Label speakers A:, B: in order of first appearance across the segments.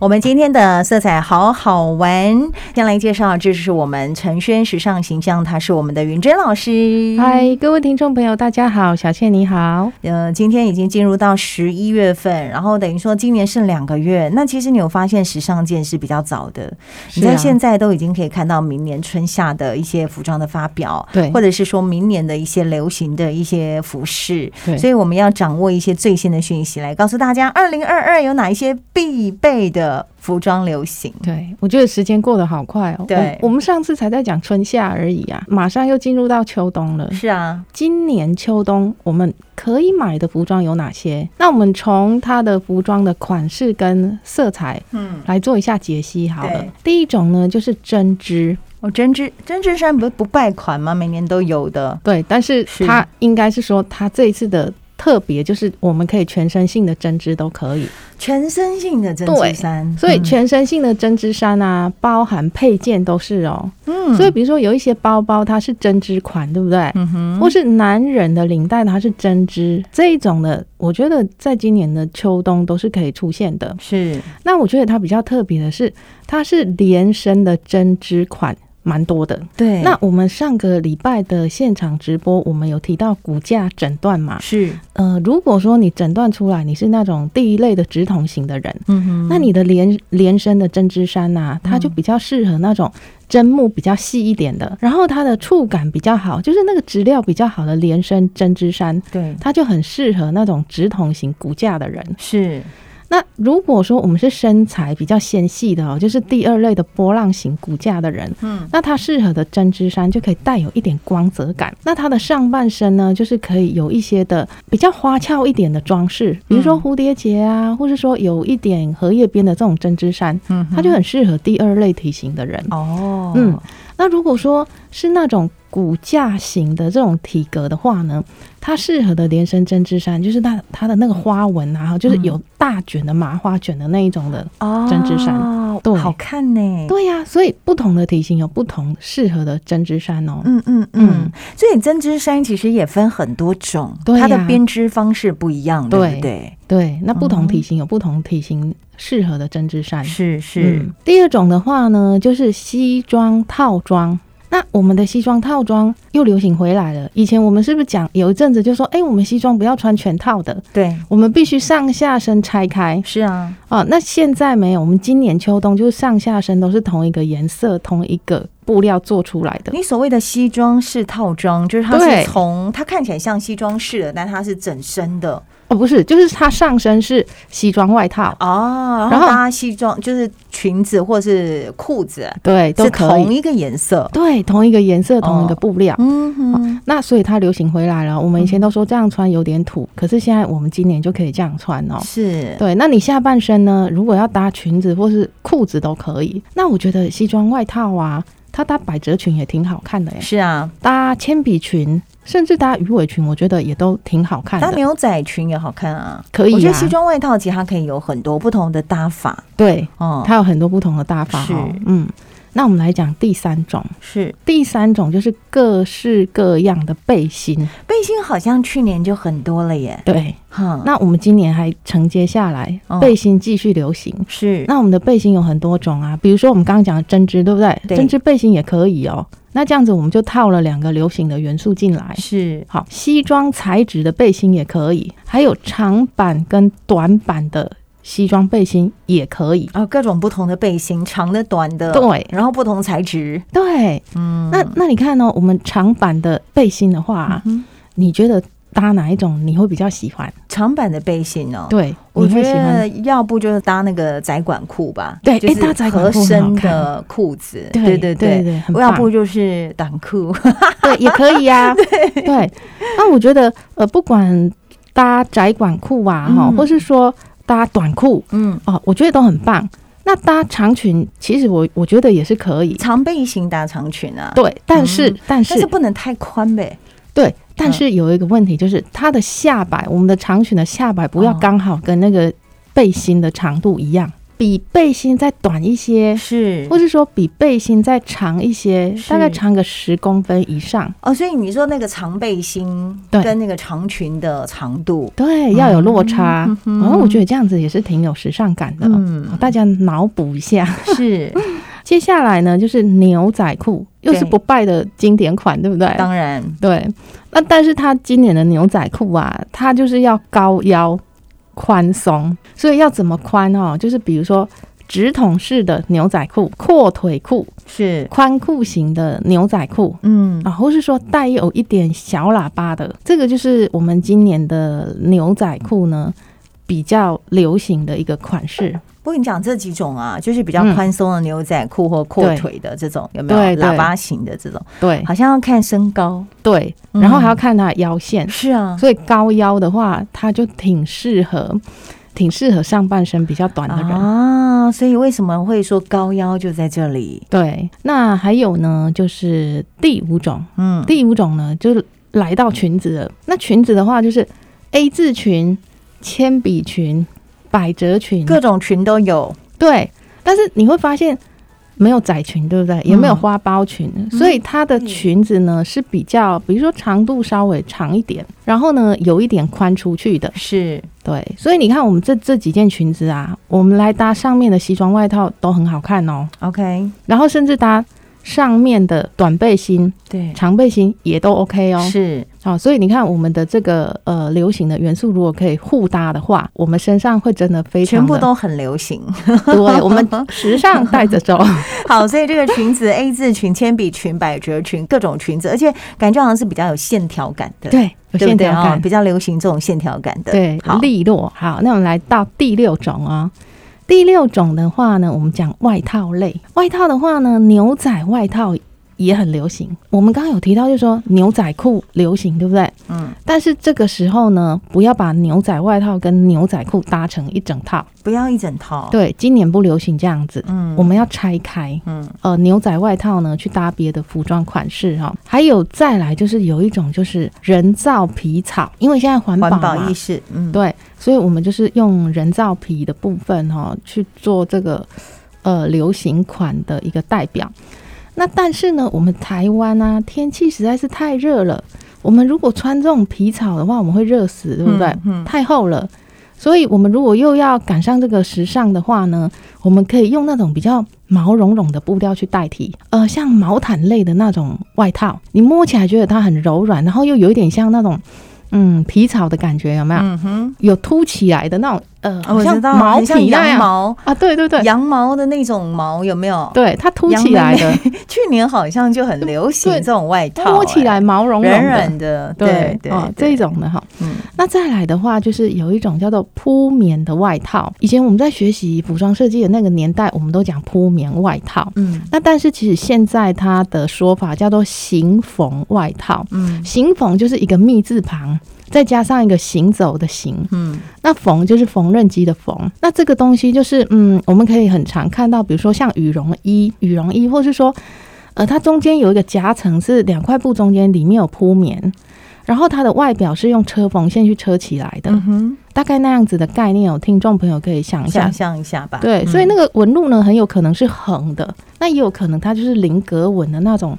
A: 我们今天的色彩好好玩，先来介绍，这是我们陈轩时尚形象，他是我们的云珍老师。
B: 嗨，各位听众朋友，大家好，小倩你好。
A: 呃，今天已经进入到十一月份，然后等于说今年剩两个月。那其实你有发现时尚界是比较早的，你
B: 是
A: 在
B: 啊
A: 现在都已经可以看到明年春夏的一些服装的发表，
B: 对
A: 或者是说明年的一些流行的一些服饰，
B: 对
A: 所以我们要掌握一些最新的讯息，来告诉大家二零二二有哪一些必备的服装流行。
B: 对，我觉得时间过得好快哦。
A: 对
B: 我我们上次才在讲春夏而已啊，马上又进入到秋冬了。
A: 是啊，
B: 今年秋冬我们可以买的服装有哪些？那我们从它的服装的款式跟色彩
A: 嗯，
B: 来做一下解析好了
A: 对。
B: 第一种呢，就是针织。
A: 哦，针织针织衫不不败款吗？每年都有的。
B: 对，但是
A: 是
B: 它应该是说，它这一次的特别就是我们可以全身性的针织都可以。
A: 全身性的针织衫，嗯
B: 所以全身性的针织衫啊，包含配件都是哦。
A: 嗯，
B: 所以比如说有一些包包它是针织款，对不对？
A: 嗯哼，
B: 或是男人的领带它是针织这一种的，我觉得在今年的秋冬都是可以出现的。
A: 是
B: 那我觉得它比较特别的是，它是连身的针织款。蛮多的。
A: 对，
B: 那我们上个礼拜的现场直播，我们有提到骨架诊断嘛？
A: 是
B: 呃，如果说你诊断出来你是那种第一类的直筒型的人，
A: 嗯哼，
B: 那你的连连身的针织衫呐、它就
A: 嗯
B: 比较适合那种针目比较细一点的，然后它的触感比较好，就是那个质料比较好的连身针织衫，
A: 对
B: 它就很适合那种直筒型骨架的人。
A: 是
B: 那如果说我们是身材比较纤细的哦，就是第二类的波浪型骨架的人，
A: 嗯，
B: 那它适合的针织衫就可以带有一点光泽感。那它的上半身呢，就是可以有一些的比较花俏一点的装饰，比如说
A: 嗯
B: 蝴蝶结啊，或是说有一点荷叶边的这种针织衫，
A: 嗯哼，
B: 它就很适合第二类体型的人。
A: 哦，
B: 嗯，那如果说是那种骨架型的这种体格的话呢，它适合的连身针织衫就是它它的那个花纹啊，就是
A: 嗯
B: 有大卷的麻花卷的那一种的。
A: 哦，
B: 针织衫对
A: 好看呢。
B: 对呀、所以不同的体型有不同适合的针织衫哦。
A: 嗯嗯嗯
B: 嗯，
A: 所以针织衫其实也分很多种，
B: 对呀
A: 它的编织方式不一样，对不
B: 对
A: 对？
B: 对，那不同
A: 嗯
B: 体型有不同体型适合的针织衫。
A: 是是
B: 嗯，第二种的话呢，就是西装套装。那我们的西装套装又流行回来了。以前我们是不是讲有一阵子就说，哎、我们西装不要穿全套的，
A: 对，
B: 我们必须上下身拆开
A: 是啊，
B: 哦。那现在没有，我们今年秋冬就是上下身都是同一个颜色、同一个布料做出来的。
A: 你所谓的西装式套装，就是它
B: 对
A: 是从它看起来像西装式的，但它是整身的
B: 哦，不是，就是它上身是西装外套，啊
A: 哦，然
B: 然
A: 后
B: 后
A: 搭西装就是裙子或是裤子
B: 对，都
A: 是
B: 可
A: 同
B: 以，
A: 一个颜色，
B: 对，同一个颜色、同一个
A: 哦
B: 布料。
A: 嗯哼，
B: 那所以它流行回来了。我们以前都说这样穿有点土，可是现在我们今年就可以这样穿哦。
A: 是，
B: 对，那你下半身呢？如果要搭裙子或是裤子都可以。那我觉得西装外套啊，它搭百褶裙也挺好看的耶，
A: 是啊，
B: 搭铅笔裙，甚至搭鱼尾裙，我觉得也都挺好看
A: 搭
B: 的。
A: 牛仔裙也好看啊。
B: 可以、啊，
A: 我觉得西装外套其实它可以有很多不同的搭法
B: 对，
A: 哦，
B: 它有很多不同的搭法哦
A: 是。
B: 嗯，那我们来讲第三种，
A: 是
B: 第三种就是各式各样的背心。
A: 背心好像去年就很多了耶，
B: 对，
A: 哈，
B: 那我们今年还承接下来
A: 嗯，
B: 背心继续流行。
A: 是
B: 那我们的背心有很多种啊，比如说我们刚刚讲的针织，对不对？
A: 对
B: 针织背心也可以哦。那这样子我们就套了两个流行的元素进来。
A: 是
B: 好，西装材质的背心也可以，还有长版跟短版的西装背心也可以。
A: 哦，各种不同的背心，长的、短的，，
B: 对
A: 然后不同材质，
B: 对，
A: 嗯，
B: 那那你看呢、哦我们长版的背心的话、
A: 嗯
B: 你觉得搭哪一种你会比较喜欢？
A: 长版的背心呢、
B: 对，
A: 我
B: 你
A: 觉
B: 会喜欢
A: 得要不就是搭那个窄管裤吧，
B: 对
A: 就
B: 诶搭
A: 是
B: 窄
A: 合
B: 管裤很好
A: 身
B: 看
A: 的裤子，对
B: 对对
A: 对，
B: 对，很
A: 要
B: 棒
A: 不就是短 裤，
B: 对，也可以 呀、对，那我觉得呃，不管搭窄管裤啊，哈、
A: 嗯
B: 或是说搭短裤
A: 嗯，
B: 哦，我觉得都很棒。那搭长裙，其实我我觉得也是可以。
A: 长背心搭长裙啊，
B: 对，但是、
A: 嗯
B: 但是
A: 但是嗯不能太宽呗，
B: 对，但是有一个问题就是它的下摆，我们的长裙的下摆不要
A: 哦
B: 刚好跟那个背心的长度一样。比背心再短一些，
A: 是
B: 或是说比背心再长一些，
A: 是
B: 大概长个十公分以上。
A: 哦，所以你说那个长背心
B: 对
A: 跟那个长裙的长度，
B: 对，要有落差。
A: 嗯嗯哼
B: 然后我觉得这样子也是挺有时尚感的哦。
A: 嗯，
B: 大家脑补一下，
A: 是
B: 接下来呢就是牛仔裤，又是
A: 对
B: 不败的经典款，对不对？
A: 当然
B: 对，那但是它今年的牛仔裤啊，它就是要高腰宽松，所以要怎么宽哦？就是比如说直筒式的牛仔裤、阔腿裤、
A: 是，
B: 宽裤型的牛仔裤。
A: 嗯
B: 啊，或是说带有一点小喇叭的，这个就是我们今年的牛仔裤呢比较流行的一个款 式。
A: 不过你讲这几种啊，就是比较
B: 嗯
A: 宽松的牛仔裤或阔
B: 对
A: 腿的这种，有没有
B: 对对
A: 喇叭型的这种？
B: 对
A: 好像要看身高，
B: 对，
A: 嗯
B: 然后还要看它的腰线，
A: 是啊，
B: 所以高腰的话，它就挺适合，挺适合上半身比较短的人。
A: 啊，所以为什么会说高腰就在这里？
B: 对，那还有呢，就是第五种，
A: 嗯，
B: 第五种呢，就是来到裙子了。那裙子的话，就是 A 字裙、铅笔裙、百褶裙，
A: 各种裙都有，
B: 对。但是你会发现没有窄裙，对不对？也没有
A: 嗯
B: 花苞裙，所以它的裙子呢是比较，比如说长度稍微长一点，然后呢有一点宽出去的，
A: 是
B: 对。所以你看我们这这几件裙子啊，我们来搭上面的西装外套都很好看哦。
A: OK，
B: 然后甚至搭上面的短背心、
A: 对，
B: 长背心也都 OK 哦。
A: 是
B: 好、所以你看我们的这个呃流行的元素，如果可以互搭的话，我们身上会真的非常
A: 全
B: 的
A: 部都很流 行。
B: 对，我们时尚带着走。
A: 好，所以这个裙子 A 字裙、铅笔裙、百褶裙，各种裙子，而且感觉好像是比较有线条感的，
B: 对，
A: 对
B: 有线
A: 不对
B: 条
A: 啊？
B: 感，
A: 比较流行这种线条感的，，
B: 对
A: 好，
B: 利落。好，那我们来到第六种啊、第六种的话呢，我们讲外套类。外套的话呢，牛仔外套也很流行。我们刚刚有提到，就是说牛仔裤流行，对不对？
A: 嗯，
B: 但是这个时候呢，不要把牛仔外套跟牛仔裤搭成一整套。
A: 不要一整套，，
B: 对，今年不流行这样子，
A: 嗯，
B: 我们要拆开。
A: 嗯
B: 呃，牛仔外套呢，去搭别的服装款式哈、还有再来就是有一种就是人造皮草，因为现在环保
A: 环
B: 嘛，
A: 保意识，嗯，
B: 对，所以我们就是用人造皮的部分哈、去做这个呃流行款的一个代表。那但是呢，我们台湾啊，天气实在是太热了，我们如果穿这种皮草的话，我们会热死，对不对？
A: 嗯，嗯
B: 太厚了。所以，我们如果又要赶上这个时尚的话呢，我们可以用那种比较毛茸茸的布料去代替，呃，像毛毯类的那种外套，你摸起来觉得它很柔软，然后又有一点像那种嗯皮草的感觉，有没有？
A: 嗯哼，
B: 有凸起来的那种，呃，
A: 哦
B: 好
A: 我知道，
B: 毛
A: 很像
B: 皮那
A: 羊
B: 样
A: 毛，
B: 啊，对对对，
A: 羊毛的那种毛有没有？
B: 对，它凸起来
A: 羊
B: 的，
A: 去年好像就很流行
B: 对
A: 这种外套、哎
B: 摸起来毛茸茸
A: 软
B: 的，
A: 软的，
B: 对
A: 对对
B: 哦，
A: 对
B: 这种的哈。
A: 嗯
B: 那再来的话，就是有一种叫做铺棉的外套。以前我们在学习服装设计的那个年代，我们都讲铺棉外套。
A: 嗯
B: 那但是其实现在它的说法叫做行缝外套。
A: 嗯
B: 行缝就是一个密字旁，再加上一个行走的行，
A: 嗯，
B: 那缝就是缝纫机的缝。那这个东西就是，嗯，我们可以很常看到，比如说像羽绒衣、羽绒衣，或是说，呃，它中间有一个夹层，是两块布中间里面有铺棉，然后它的外表是用车缝线去车起来的，
A: 嗯哼，
B: 大概那样子的概念，有听众朋友可以想一下
A: 想。象一下吧。
B: 对，
A: 嗯
B: 所以那个纹路呢，很有可能是横的，那也有可能它就是菱格纹的那种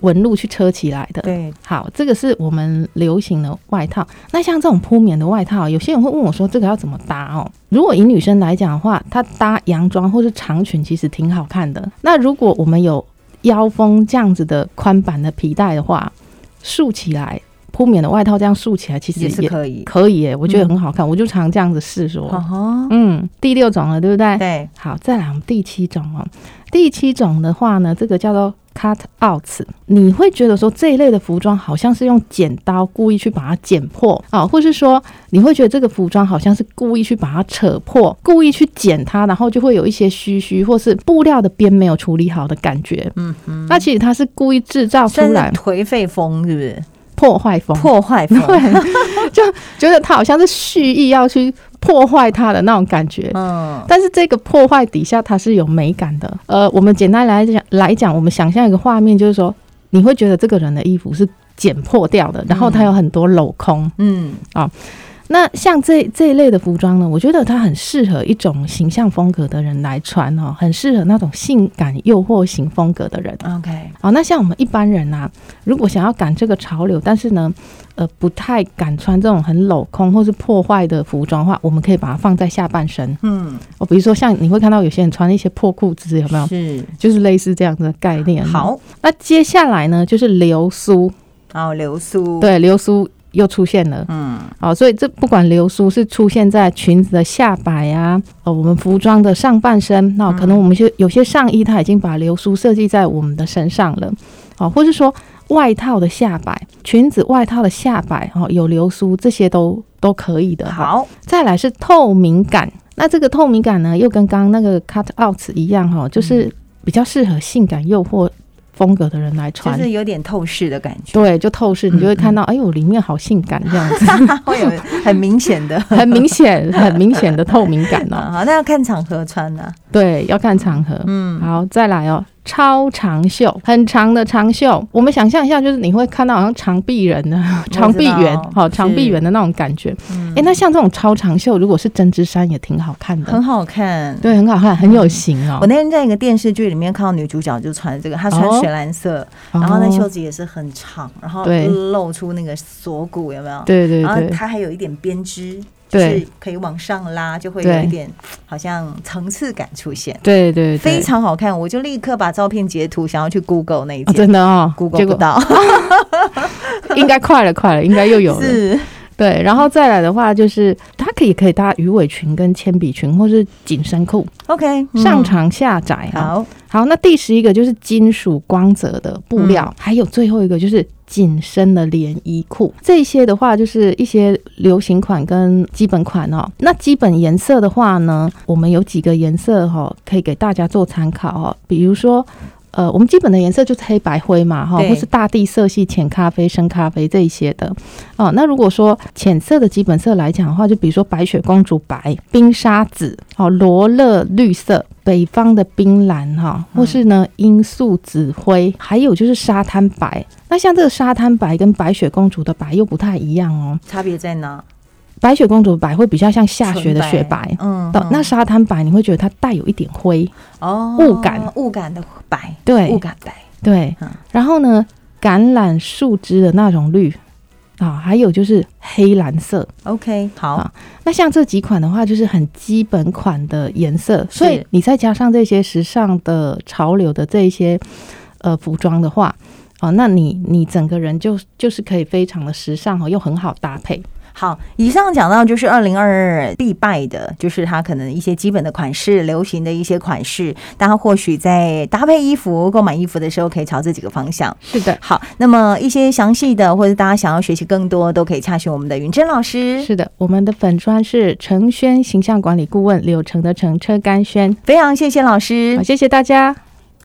B: 纹路去车起来的。
A: 对
B: 好，这个是我们流行的外套。那像这种铺棉的外套，有些人会问我说，这个要怎么搭哦？如果以女生来讲的话，她搭洋装或是长裙其实挺好看的。那如果我们有腰封这样子的宽版的皮带的话，竖起来铺棉的外套这样竖起来，其实
A: 也
B: 也
A: 是可以。
B: 可以耶，我觉得很好看，我就常这样子试说。
A: 哦吼，
B: 嗯，第六种了，对不对？
A: 对，
B: 好，再来我们第七种哦。第七种的话呢，这个叫做 cut outs，你会觉得说这一类的服装好像是用剪刀故意去把它剪破啊、或是说你会觉得这个服装好像是故意去把它扯破，故意去剪它，然后就会有一些虚虚或是布料的边没有处理好的感觉。
A: 嗯哼，
B: 那其实它是故意制造出
A: 算是
B: 来
A: 颓废风，是不是？
B: 破坏风，
A: 破坏风。
B: 对，就觉得它好像是蓄意要去破坏它的那种感觉。
A: 嗯，
B: 但是这个破坏底下它是有美感的。呃，我们简单来讲来讲，我们想象一个画面，就是说你会觉得这个人的衣服是剪破掉的，然后它有很多镂空。
A: 嗯，
B: 那像这这一类的服装呢，我觉得它很适合一种形象风格的人来穿哦，很适合那种性感诱惑型风格的人。
A: OK，
B: 哦，那像我们一般人啊，如果想要赶这个潮流，但是呢，呃，不太敢穿这种很镂空或是破坏的服装的话，我们可以把它放在下半身。
A: 嗯，
B: 哦，比如说像你会看到有些人穿一些破裤子，有没嗯有？
A: 是
B: 就是类似这样的概念。，
A: 好，
B: 那接下来呢，就是流苏，
A: 然后流苏，，
B: 对，流苏又出现了。
A: 嗯，
B: 好，所以这不管流苏是出现在裙子的下摆啊，呃，我们服装的上半身，
A: 嗯
B: 那、可能我们些有些上衣它已经把流苏设计在我们的身上了，好、或是说外套的下摆、裙子、外套的下摆，哦，有流苏，这些都都可以的。哦，
A: 好，
B: 再来是透明感，那这个透明感呢，又跟刚刚那个 cut out 一样，
A: 嗯
B: 哈、哦，就是比较适合性感诱惑风格的人来
A: 就
B: 穿。
A: 是嗯有点透视的感觉，
B: 对，就透视，你就会看到，哎呦，里面好性感这样子。
A: 会有很明显 的。
B: 很明显、很明显的透明感哦。
A: 啊，好，那要看场合穿呢、
B: 对，要看场合。
A: 嗯，
B: 好，再来哦，超长袖，很长的长袖。我们想象一下，就是你会看到好像长臂人的、 长臂猿，好、长臂猿的那种感觉。
A: 嗯
B: 诶，那像这种超长袖，如果是针织衫也挺好看的
A: 很，好看。
B: 嗯对，很好看，很有型哦
A: 我。那天在一个电视剧里面看到女主角就穿这个，她穿
B: 哦
A: 水蓝色，然后那
B: 哦
A: 袖子也是很长，然后
B: 对
A: 露出那个锁骨，有没有？
B: 对对
A: 然后
B: 对
A: 它还有一点编织，
B: 对
A: 就是可以往上拉，就会
B: 对
A: 有一点好像层次感出现，
B: 对对，
A: 非
B: 对
A: 常好看。我就立刻把照片截图，想要去 Google 那一
B: 哦
A: 件、
B: 真的哦
A: g o o，g l
B: 结
A: e 不
B: 果
A: 到，
B: 应该快了，快了，应该 又有了。
A: 是
B: 对，然后再来的话，就是它可以可以搭鱼尾裙、跟铅笔裙，或是紧身裤，
A: OK 嗯
B: 上长下窄、哦。
A: 好，
B: 好，那第十一个就是金属光泽的布料，还有最后一个就是紧身的连衣裤。这些的话就是一些流行款跟基本款哦。那基本颜色的话呢，我们有几个颜色哈、哦，可以给大家做参考哦。比如说，呃，我们基本的颜色就是黑白灰嘛哈、
A: 对
B: 或是大地色系、浅咖啡、深咖啡这一些的哦。那如果说浅色的基本色来讲的话，就比如说白雪公主白、冰沙紫、哦罗勒绿色、北方的冰蓝哈，或
A: 嗯
B: 是呢罂粟紫灰，还有就是沙滩白。那像这个沙滩白跟白雪公主的白又不太一样哦，
A: 差别在哪？
B: 白雪公主的白会比较像下雪的雪白。
A: 嗯
B: 到那沙滩白，你会觉得它带有一点灰，
A: 哦，
B: 雾感
A: 雾感的白，
B: 对
A: 雾感白，
B: 对
A: 嗯。
B: 然后呢，橄榄树枝的那种绿啊，还有就是黑蓝色，
A: OK 好
B: 好，那像这几款的话，就是很基本款的颜色，所以你再加上这些时尚的潮流的这一些呃服装的话，哦，那你你整个人就就是可以非常的时尚哦，又很好搭配。
A: 好，以上讲到就是二零二二必败的，就是它可能一些基本的款式、流行的一些款式，大家或许在搭配衣服、购买衣服的时候，可以朝这几个方向。
B: 是的，
A: 好，那么一些详细的，或者大家想要学习更多，都可以洽询我们的云珍老师。
B: 是的，我们的粉砖是程轩形象管理顾问，柳橙的橙，车甘轩。
A: 非常谢谢老师
B: 嗯好，。谢谢大家。